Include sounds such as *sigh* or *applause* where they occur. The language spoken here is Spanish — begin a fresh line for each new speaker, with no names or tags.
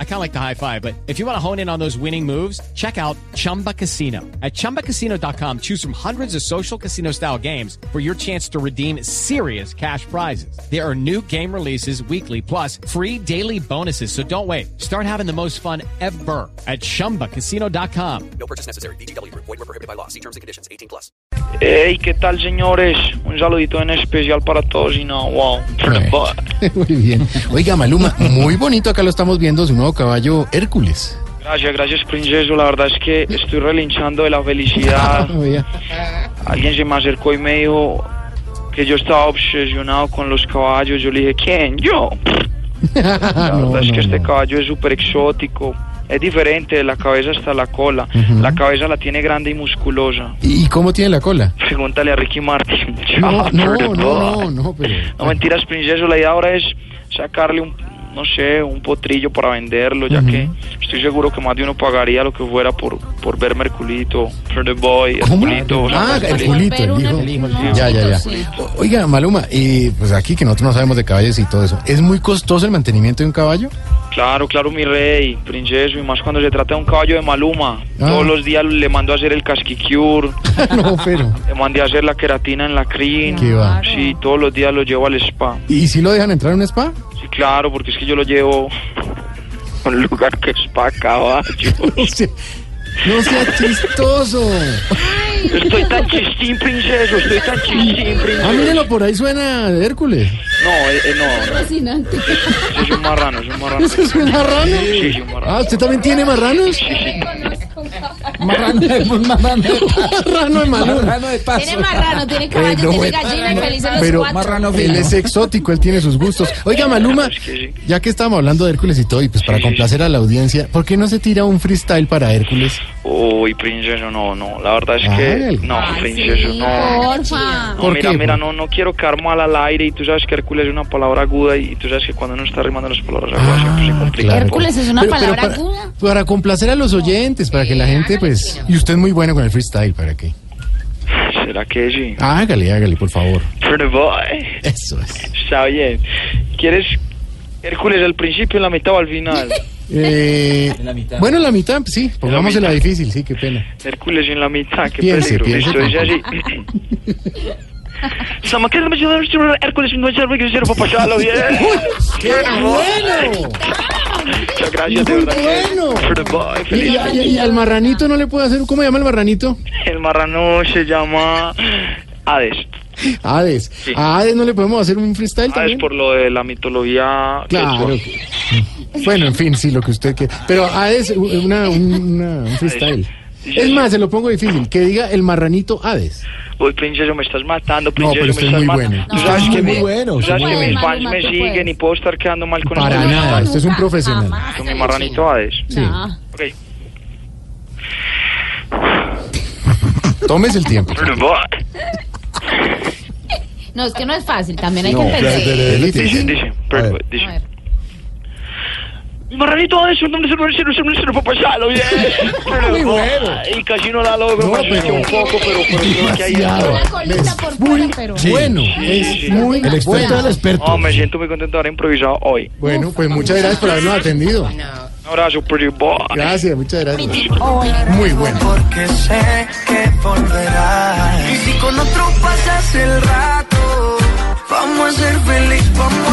I kind of like the high five, but if you want to hone in on those winning moves, check out Chumba Casino. At chumbacasino.com, choose from hundreds of social casino style games for your chance to redeem serious cash prizes. There are new game releases weekly, plus free daily bonuses. So don't wait. Start having the most fun ever at chumbacasino.com.
No purchase necessary. BGW. Void were prohibited by law. See terms and conditions. 18 plus.
Hey, ¿qué tal, señores? Un saludito en especial para todos y no, wow.
*laughs* Muy bien. Oiga, Maluma, muy bonito acá lo estamos viendo, su nuevo caballo Hércules.
Gracias, gracias, princeso. La verdad es que estoy relinchando de la
*laughs*
felicidad.
Oiga,
Alguien se me acercó y me dijo que yo estaba obsesionado con los caballos. Yo le dije, ¿quién?
*laughs*
Yo. La
no,
verdad es
no,
que este
no.
caballo es súper exótico. Es diferente de la cabeza hasta la cola. La cabeza la tiene grande y musculosa.
¿Y y cómo tiene la cola?
Pregúntale a Ricky Martin. *laughs*
No, Ah, no, no, no, no, pero...
No mentiras, princeso. La idea ahora es sacarle un, no sé, un potrillo para venderlo, ya que estoy seguro que más de uno pagaría lo que fuera por, por ver Merculito, For the Boy,
¿Cómo?
Herculito. o sea,
Ah,
Merculito.
Herculito, el hijo. Ya, ya, ya. Oiga, Maluma, y pues aquí que nosotros no sabemos de caballos y todo eso, ¿es muy costoso el mantenimiento de un caballo? *laughs*
Claro, claro, mi rey, princeso, y más cuando se trata de un caballo de Maluma.
Ah.
Todos los días le mando a hacer el casquicure,
no, pero...
le mandé a hacer la queratina en la crin.
¿Qué va?
Sí, todos los días lo llevo al spa.
¿Y si lo dejan entrar en un spa? *laughs*
Sí, claro, porque es que yo lo llevo *laughs* a un lugar que es para caballos.
No sea, no sea chistoso.
Estoy tan chistín, princeso, estoy tan chistín,
Ah,
princeso.
mírenlo, por ahí suena Hércules.
No, eh, eh, no,
Fascinante.
no, soy un marrano, soy un marrano.
¿Eso es un marrano?
Sí, soy un marrano.
Ah, ¿usted también tiene marranos?
Marrano, *laughs* un marrano de paso.
Marrano de Maluma.
Marrano de paso.
Tiene marrano, tiene caballo,
Eh, no,
tiene
bueno.
gallina y felices los
Pero
cuatro.
Marrano
Él
fino.
es exótico, él tiene sus gustos. Oiga, Maluma,
Es que sí.
ya que estábamos hablando de Hércules y todo, y pues para
Sí, sí,
complacer a la audiencia, ¿por qué no se tira un freestyle para Hércules?
Uy, princeso, no, no, la verdad es que...
Ay.
No, princeso, no.
Porfa.
No,
¿Por
mira,
qué?
mira, no, no quiero caer mal al aire y tú sabes que Hércules es una palabra aguda y tú sabes que cuando uno está rimando las palabras agudas siempre se complica.
Ah, claro.
Hércules es una palabra
para,
aguda.
Para complacer a los oyentes, para que la gente, pues. Y usted es muy bueno con el freestyle, ¿para qué?
¿Será que sí?
Hágale, hágale, por favor.
Pretty boy,
Eso es.
está bien. ¿Quieres Hércules al principio, en la mitad o al final?
Eh,
En la mitad.
bueno, en la mitad, sí, pongámosela
mitad.
difícil, sí, qué pena.
Hércules en la mitad, qué
Piense,
peligro.
piense.
Listo, dice así. Estamos que me llevan a este Hércules no es algo que hicieron para pasarlo bien.
*laughs* ¡Qué bueno!
Muchas gracias, de
Muy
verdad. que-
bueno.
Pretty boy,
Y,
feliz.
y- y al marranito no le puede hacer. ¿Cómo llama el marranito?
El marrano se llama Hades.
Hades. A Hades no le podemos hacer un freestyle
Hades
también.
por lo de la mitología.
Claro.
quechua.
que- Bueno, en fin, sí, lo que usted quiera. Pero Hades, u- una, un- una- un freestyle.
Sí, sí,
Es
sí.
más, se lo pongo difícil. Que diga el marranito Hades.
Uy, princeso, me estás matando,
No,
princeso,
pero
me
usted es
estás
muy
matando.
bueno.
Tú
Usted
sabes
es
que,
muy
me-
bueno,
tú
usted
sabes
es
que
muy
mis
bueno.
fans me
Maluma, tú
siguen
puedes.
y puedo estar quedando mal con
Para
estos-
nada, usted es un profesional.
Con mi marranito Hades.
Sí.
Ok.
Tómese el tiempo.
Pretty boy.
No, es que no es fácil, también hay
No,
que
pero-
entender.
pero-
Dice,
difícil.
dice, pretty boy,
A
dice.
ver.
Marranito de su nombre, su nombre, su nombre, su nombre, su nombre, para pasarlo bien. Pero,
Muy bueno.
Y casi no la logro,
No,
más
pero-
que un poco, pero pero creo que ahí
Demasiado.
Una colita por fuera, pero...
Bueno, es muy
El experto
bueno.
del
experto.
Oh, me siento muy contento de haber improvisado hoy.
Bueno, pues muchas gracias por habernos atendido.
Un abrazo, pretty boy.
Gracias, muchas gracias. Muy bueno.
porque sé que volverás. Y si con otro pasas el rato, vamos a ser feliz, vamos